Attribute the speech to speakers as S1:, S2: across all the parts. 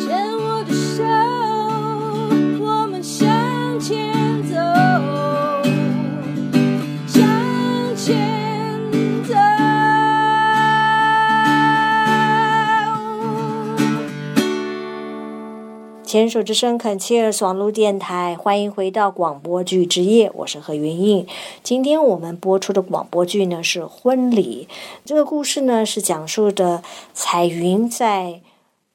S1: 牵我的手，我们向前走，向前走。
S2: 牵手之声，恳切爽录电台，欢迎回到广播剧之夜，我是何云映。今天我们播出的广播剧呢是《婚礼》，这个故事呢是讲述的彩云在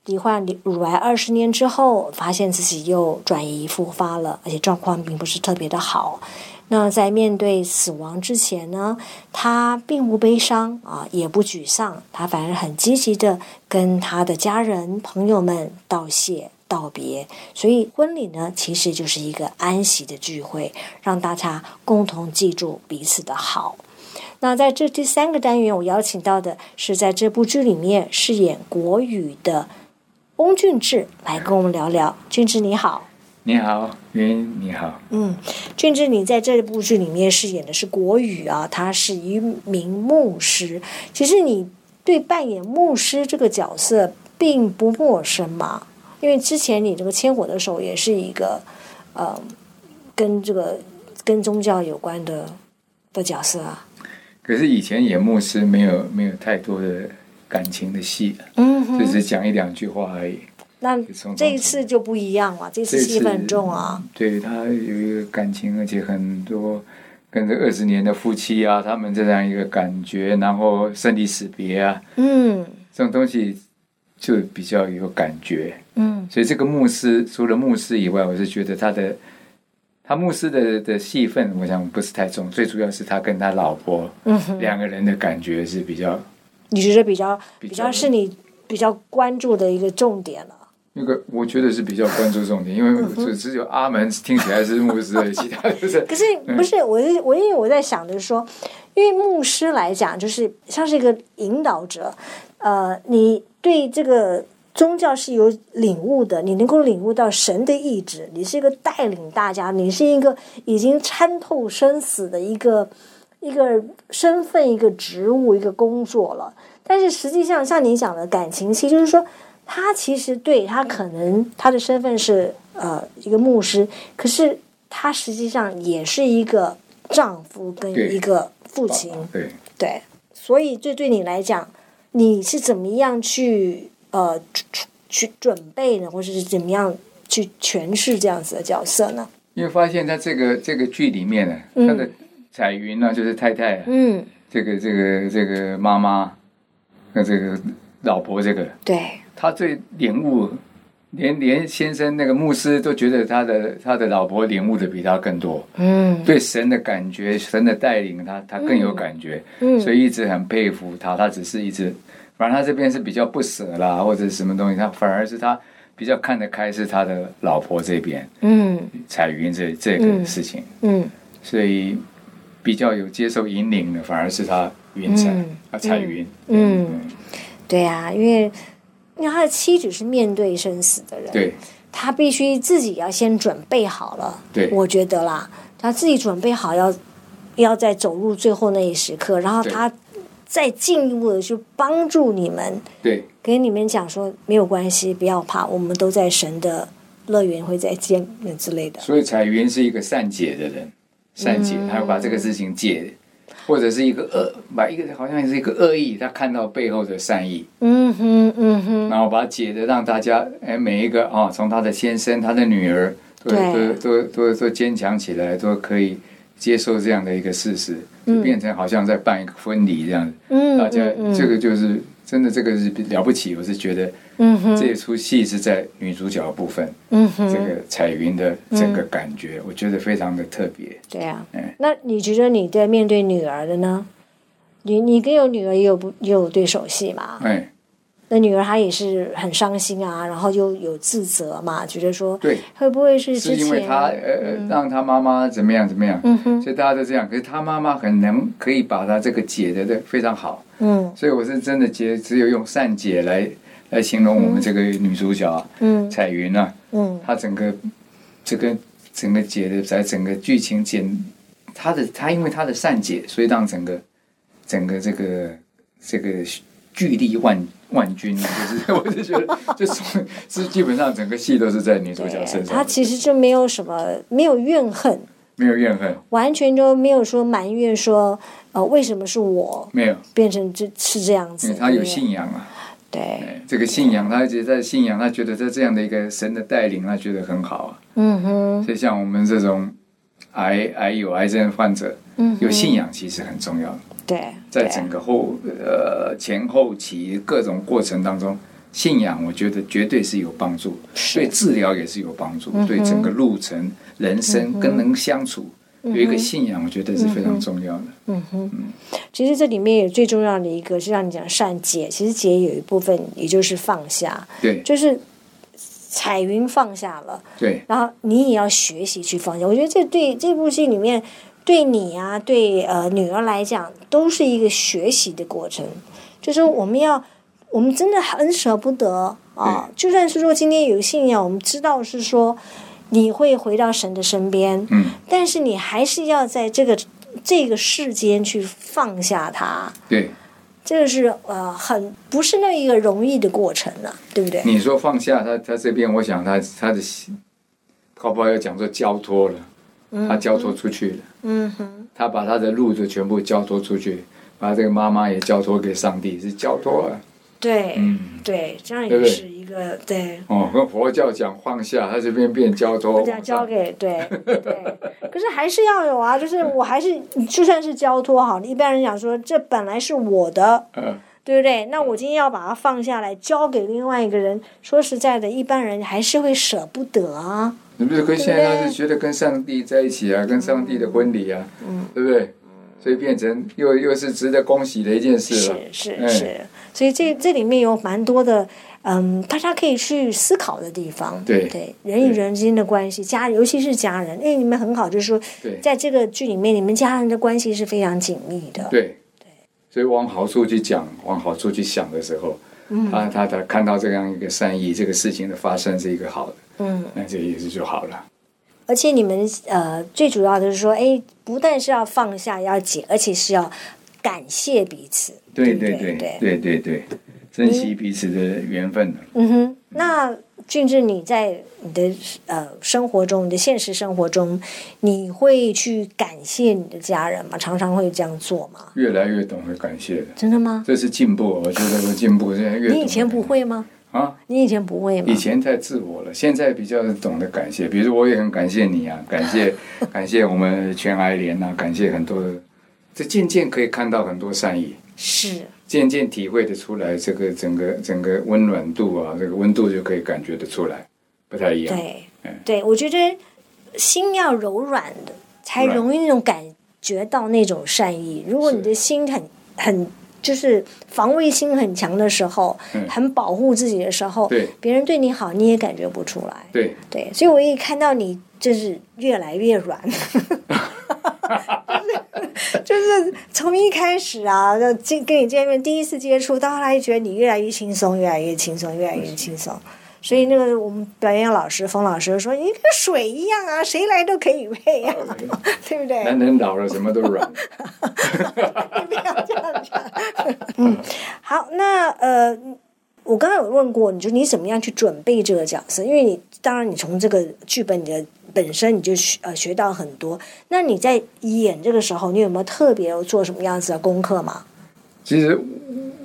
S2: 罹患乳癌二十年之后，发现自己又转移复发了，而且状况并不是特别的好。那在面对死亡之前呢，他并不悲伤啊，也不沮丧，他反而很积极的跟他的家人、朋友们道谢、道别。所以婚礼呢，其实就是一个安息的聚会，让大家共同记住彼此的好。那在这第三个单元，我邀请到的是在这部剧里面饰演国语的翁俊志来跟我们聊聊。俊志你好，
S3: 你好，云你好，
S2: 嗯，俊志，你在这部剧里面饰演的是国语啊，他是一名牧师。其实你对扮演牧师这个角色并不陌生嘛，因为之前你这个《千火》的时候也是一个，呃，跟这个跟宗教有关的的角色啊。
S3: 可是以前演牧师没有没有太多的感情的戏，
S2: 嗯
S3: 就，是讲一两句话而已。
S2: 那
S3: 从
S2: 这一次就不一样了，这次戏份很重啊。
S3: 对他有一个感情，而且很多跟这二十年的夫妻啊，他们这样一个感觉，然后生离死别啊，
S2: 嗯
S3: 这种东西就比较有感觉。
S2: 嗯
S3: 所以这个牧师除了牧师以外，我是觉得他的他牧师的的戏份，我想不是太重，最主要是他跟他老婆
S2: 嗯哼，
S3: 两个人的感觉是比较
S2: 你觉得比较比
S3: 比
S2: 较是你比较关注的一个重点了。
S3: 那个我觉得是比较关注重点，因为只只有阿门听起来是牧师，其他都是
S2: 可是不是我是我，因为我在想着说，因为牧师来讲，就是像是一个引导者，呃，你对这个宗教是有领悟的，你能够领悟到神的意志，你是一个带领大家，你是一个已经参透生死的一个一个身份、一个职务、一个工作了。但是实际上，像你讲的感情戏，就是说，他其实对他可能他的身份是呃一个牧师，可是他实际上也是一个丈夫跟
S3: 对
S2: 一个父亲，
S3: 对。
S2: 对。所以这对你来讲，你是怎么样去呃去去准备呢，或者是怎么样去诠释这样子的角色呢？
S3: 因为发现他这个这个剧里面呢、啊他的彩云呢、就是太太啊、
S2: 嗯，
S3: 这个这个这个妈妈，那这个老婆这个，
S2: 对，
S3: 他最领悟，连连先生那个牧师都觉得他的他的老婆领悟的比他更多，
S2: 嗯
S3: 对神的感觉、神的带领他，他更有感觉，
S2: 嗯
S3: 所以一正很佩服他。他只是一直，反正他这边是比较不舍啦，或者什么东西，他反而是他比较看得开，是他的老婆这边
S2: 嗯
S3: 彩云这这个事情，
S2: 嗯
S3: 所以比较有接受引领的，反而是他云彩、
S2: 嗯
S3: 啊彩云，
S2: 嗯，对啊，因为因为他的妻子是面对生死的人，
S3: 对
S2: 他必须自己要先准备好了。
S3: 对
S2: 我觉得啦，他自己准备好要要在走入最后那一时刻，然后
S3: 对
S2: 他再进一步的去帮助你们，
S3: 对
S2: 给你们讲说没有关系，不要怕，我们都在神的乐园会再见之类的。
S3: 所以彩云是一个善解的人，善解，他会把这个事情解，或者是一个恶，把一个好像是一个恶意，他看到背后的善意，
S2: 嗯哼，嗯哼，
S3: 然后把它解的让大家，哎，每一个啊，从他的先生、他的女儿，都
S2: 对
S3: 都都都都坚强起来，都可以接受这样的一个事实，就变成好像在办一个婚礼这样子。
S2: 嗯，
S3: 大家
S2: 嗯
S3: 这个就是真的，这个是了不起，我是觉得
S2: 嗯哼，
S3: 这出戏是在女主角部分，
S2: 嗯哼，嗯
S3: 这个彩云的整个感觉，我觉得非常的特别。
S2: 对啊
S3: 哎。
S2: 那你觉得你在面对女儿的呢？你你跟有女儿也有不也有对手戏嘛？
S3: 哎，
S2: 那女儿她也是很伤心啊，然后又有自责嘛，觉得说
S3: 对，
S2: 会不会是
S3: 是
S2: 之前嗯
S3: 因为他呃、让他妈妈怎么样怎么样，所以大家都这样。可是他妈妈很能可以把他这个解的的非常好，
S2: 嗯
S3: 所以我是真的解，只有用善解来来形容我们这个女主角啊、
S2: 嗯
S3: 彩云啊，
S2: 嗯
S3: 她整个这个整个解的在整个剧情简，她的她因为她的善解，所以让整个整个这个这个巨力万万钧，就是 我是觉得，就是是基本上整个戏都是在女主角身上的，
S2: 他其实就没有什么，没有怨恨，
S3: 没有怨恨，
S2: 完全都没有说埋怨说，呃，为什么是我
S3: 没有，
S2: 变成这是这样
S3: 因
S2: 子？
S3: 为嗯她有
S2: 对不对
S3: 信仰啊。
S2: 对，
S3: 哎这个信仰，他一直在信仰，他觉得在这样的一个神的带领，他觉得很好啊。
S2: 嗯哼，
S3: 所以像我们这种癌癌有癌症患者，
S2: 嗯
S3: 有
S2: 哼，
S3: 信仰其实很重要的。
S2: 对，
S3: 在
S2: 对
S3: 整个后呃前后期各种过程当中，信仰我觉得绝对是有帮助，对
S2: 是，
S3: 治疗也是有帮助，
S2: 嗯哼嗯
S3: 对整个路程、人生跟人相处有一个信仰，我觉得是非常重要的。
S2: 嗯哼，其实这里面也最重要的一个是让你讲善解，其实解有一部分也就是放下，
S3: 对
S2: 就是彩云放下了。
S3: 对
S2: 然后你也要学习去放下。我觉得这对这部戏里面，对你啊，对呃女儿来讲，都是一个学习的过程。就是我们要，我们真的很舍不得
S3: 嗯
S2: 啊。就算是说今天有信仰，我们知道是说你会回到神的身边，
S3: 嗯，
S2: 但是你还是要在这个这个世间去放下它。
S3: 对，
S2: 这个是呃很不是那一个容易的过程了、对不对？
S3: 你说放下他，他这边我想他他的心，搞不好要讲说交托了，他交托出去了，
S2: 嗯哼，
S3: 他把他的路就全部交托出去，把这个妈妈也交托给上帝，是交托啊，
S2: 对，
S3: 嗯。
S2: 对，这样也
S3: 对不对
S2: 是一个对。
S3: 哦，跟佛教讲放下，他这边变交托，
S2: 这样交给对 对，可是还是要有啊，就是我还是你就算是交托好，一般人讲说这本来是我的，
S3: 呃，
S2: 对不对？那我今天要把它放下来交给另外一个人，说实在的，一般人还是会舍不得啊。
S3: 你不是跟现
S2: 对嗯
S3: 在
S2: 不对
S3: 他是觉得跟上帝在一起啊，跟上帝的婚礼啊，
S2: 嗯
S3: 对不对？所以变成又又是值得恭喜的一件事
S2: 是
S3: 了。
S2: 是
S3: 哎
S2: 是，所以这这里面有蛮多的，嗯，大家可以去思考的地方。
S3: 对
S2: 对，人与
S3: 对
S2: 人之间的关系，家尤其是家人，因为你们很好，就是说
S3: 对
S2: 在这个剧里面，你们家人的关系是非常紧密的。
S3: 对，所以往好处去讲，往好处去想的时候，
S2: 嗯
S3: 他他他看到这样一个善意，这个事情的发生是一个好的，
S2: 嗯。
S3: 那这也是就好了。
S2: 而且你们呃，最主要的是说，哎，不但是要放下，要解，而且是要感谢彼此，
S3: 对
S2: 对
S3: 对
S2: 不
S3: 对
S2: 对，
S3: 对对对，珍惜彼此的缘分了。
S2: 嗯哼。那俊志，你在你的呃生活中，你的现实生活中，你会去感谢你的家人吗？常常会这样做吗？
S3: 越来越懂得感谢了，
S2: 真的吗？
S3: 这是进步，我觉得我进步，现在越懂
S2: 你
S3: 得
S2: 以前不会吗？
S3: 啊。
S2: 你以前不会吗
S3: 以？前太自我了，现在比较懂得感谢。比如说，我也很感谢你啊，感 谢感谢我们全癌联啊，感谢很多的，这渐渐可以看到很多善意，
S2: 是，
S3: 渐渐体会的出来，这个整个整个温暖度啊，这个温度就可以感觉得出来，不太一样。
S2: 对
S3: 哎，
S2: 对，我觉得心要柔软的，才
S3: 软
S2: 容易那种感觉到那种善意。如果你
S3: 是
S2: 的心很很就是防卫心很强的时候，
S3: 嗯
S2: 很保护自己的时候，
S3: 对
S2: 别人对你好你也感觉不出来。
S3: 对，
S2: 对，所以我一看到你就是越来越软。 就是就是从一开始啊，就见跟你见面，第一次接触，到后来就觉得你越来越轻松，越来越轻松，越来越轻松。所以那个我们表演老师冯老师说：“你跟水一样啊，谁来都可以配呀、啊， 对不对？”
S3: 男人老了什么都 软。
S2: 不要这样讲。嗯，好，那呃，我刚刚有问过，你就你怎么样去准备这个角色？因为你当然你从这个剧本你的本身你就学呃学到很多。那你在演这个时候，你有没有特别有做什么样子的功课吗？
S3: 其实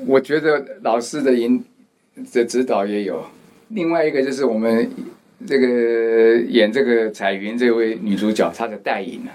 S3: 我觉得老师的引的指导也有，另外一个就是我们这个演这个彩云这位女主角她的带影啊。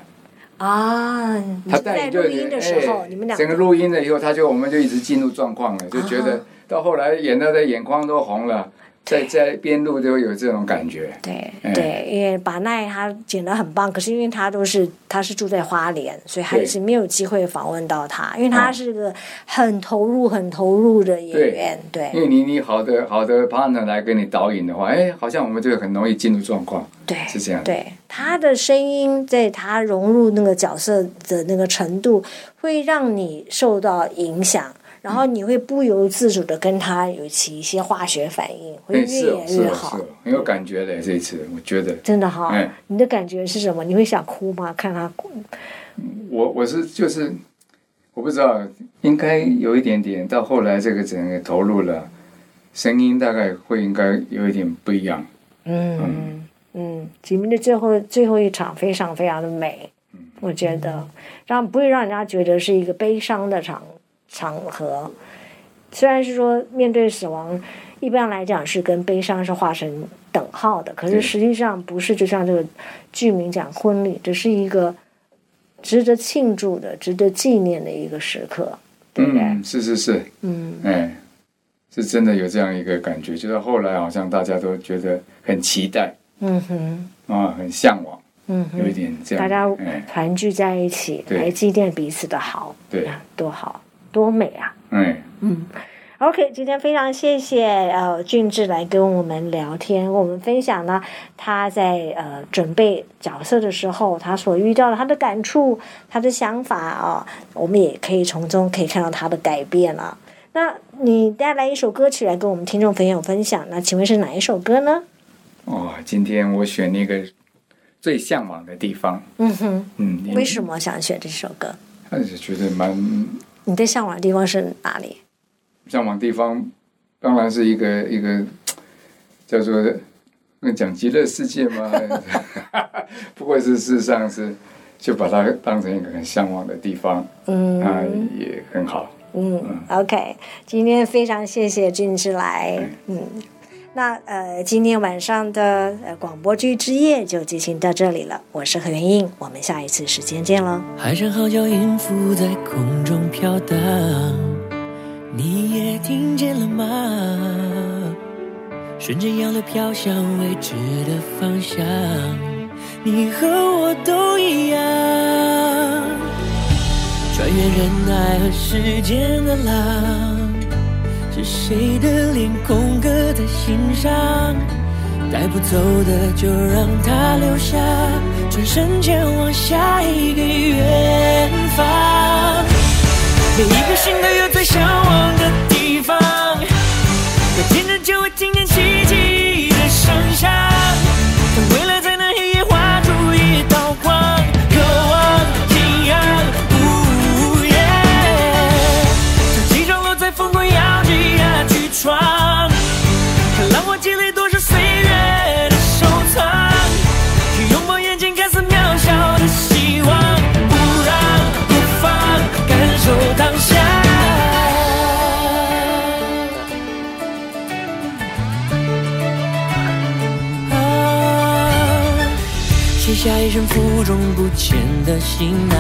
S2: 啊，你
S3: 他
S2: 是
S3: 带
S2: 在
S3: 你就
S2: 录音的时候，
S3: 哎
S2: 你们两
S3: 整个录音了以后，他就我们就一直进入状况了，就觉
S2: 啊哈
S3: 得到后来演到的眼眶都红了，在在边录都有这种感觉。
S2: 对
S3: 哎
S2: 对，因为把奈他剪得很棒，可是因为他都是他是住在花莲，所以他
S3: 对
S2: 一直没有机会访问到他，因为他是个很投入、很投入的演员，对
S3: 因为你你好的好的 partner 来跟你导引的话，哎，好像我们就很容易进入状况。
S2: 对
S3: 是这样的
S2: 对他的声音在他融入那个角色的那个程度，会让你受到影响。然后你会不由自主的跟他有起一些化学反应，会
S3: 哎，
S2: 越
S3: 是哦
S2: 演
S3: 是
S2: 越
S3: 哦
S2: 好
S3: 是，哦，很有感觉的这一次，我觉得
S2: 真的哈、
S3: 哎
S2: 你的感觉是什么？你会想哭吗？看他哭，
S3: 我我是就是我不知道，应该有一点点。到后来这个整个投入了，声音大概会应该有一点不一样。
S2: 嗯嗯，你们的最后最后一场非常非常的美，
S3: 嗯
S2: 我觉得让不会让人家觉得是一个悲伤的场场合。虽然是说面对死亡，一般来讲是跟悲伤是画成等号的，可是
S3: 对
S2: 实际上不是。就像这个剧名讲婚礼，这是一个值得庆祝的、值得纪念的一个时刻，对不对？
S3: 嗯，是是是，
S2: 嗯
S3: 哎，是真的有这样一个感觉。就是后来好像大家都觉得很期待
S2: 嗯哼
S3: 啊，很向往，
S2: 嗯哼
S3: 有一点这样。
S2: 大家
S3: 哎，
S2: 团聚在一起，
S3: 对
S2: 来祭奠彼此的好，
S3: 对，
S2: 啊多好，多美啊！
S3: 哎，
S2: OK，今天非常谢谢呃俊志来跟我们聊天，跟我们分享呢他在呃准备角色的时候，他所遇到的他的感触、他的想法啊、我们也可以从中可以看到他的改变了、那你带来一首歌曲来跟我们听众朋友分享，那请问是哪一首歌呢？
S3: 哦，今天我选那个最向往的地方。
S2: 嗯哼，
S3: 嗯，因
S2: 为什？么想选这首歌？
S3: 但是觉得蛮
S2: 你最向往的地方是哪里？
S3: 向往地方，当然是一个一个叫做那讲极乐世界 吗？不过是事实上是就把它当成一个很向往的地方，
S2: 嗯
S3: 啊、也很好。
S2: 嗯，OK，今天非常谢谢俊之来，嗯，那呃，今天晚上的呃广播剧之夜就进行到这里了，我是何元英，我们下一次时间见喽。
S4: 海上号角音符在空中飘荡，你也听见了吗？顺着洋流飘向未知的方向，你和我都一样，穿越人海和时间的浪，是谁的脸空刻在心上？带不走的就让它留下，转身前往下一个远方。每一个心都有最向往的地方，那天真就会听见奇迹的声响，等未来在那黑夜画出一道光，渴望信仰。呜耶，像起床落在风光摇起呀去闯。看浪花积累多少岁月的收藏，去拥抱眼前看似渺小的希望，不让不放，感受当下。啊卸下一身负重不前的行囊，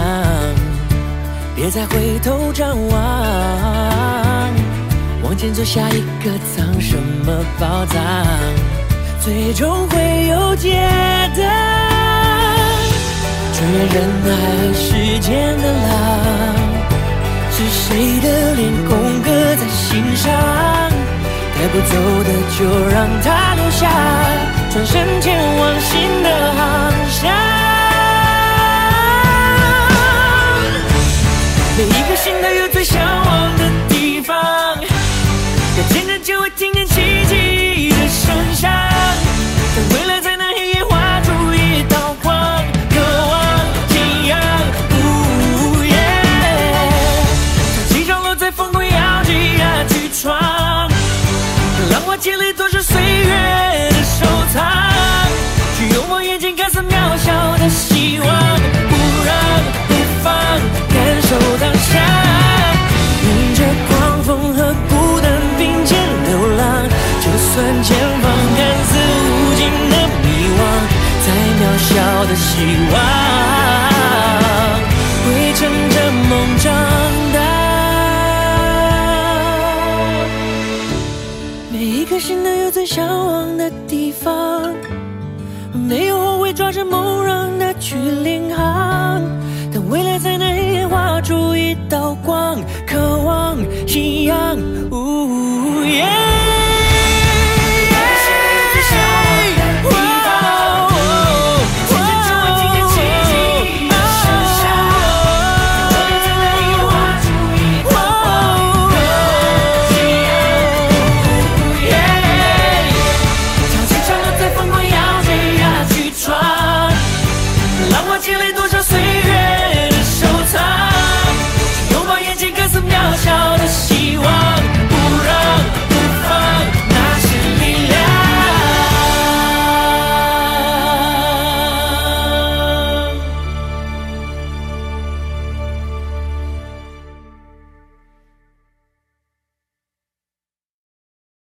S4: 别再回头张望。往前走，下一个藏什么宝藏，最终会有解答。穿越人海和时间的浪，是谁的脸空刻在心上？带不走的就让它留下，转身前往新的航向。每一个心都有最向往的地方，要见着就会听见奇迹的声响，等未来在那黑夜画出一道光，渴望信仰。呜耶，像起床落在风中摇起呀去闯。浪花积累多少岁月的收藏，去用我眼睛看似渺小的希望，不让不放，感受当下。迎着狂风和孤单并肩流浪，就算前方看似无尽的迷惘，再渺小的希望，会乘着梦长大。每一颗心都有最向往的地方，没有后悔抓着梦让它去领航，等未来在那黑夜画出一道光，渴望信仰。呜耶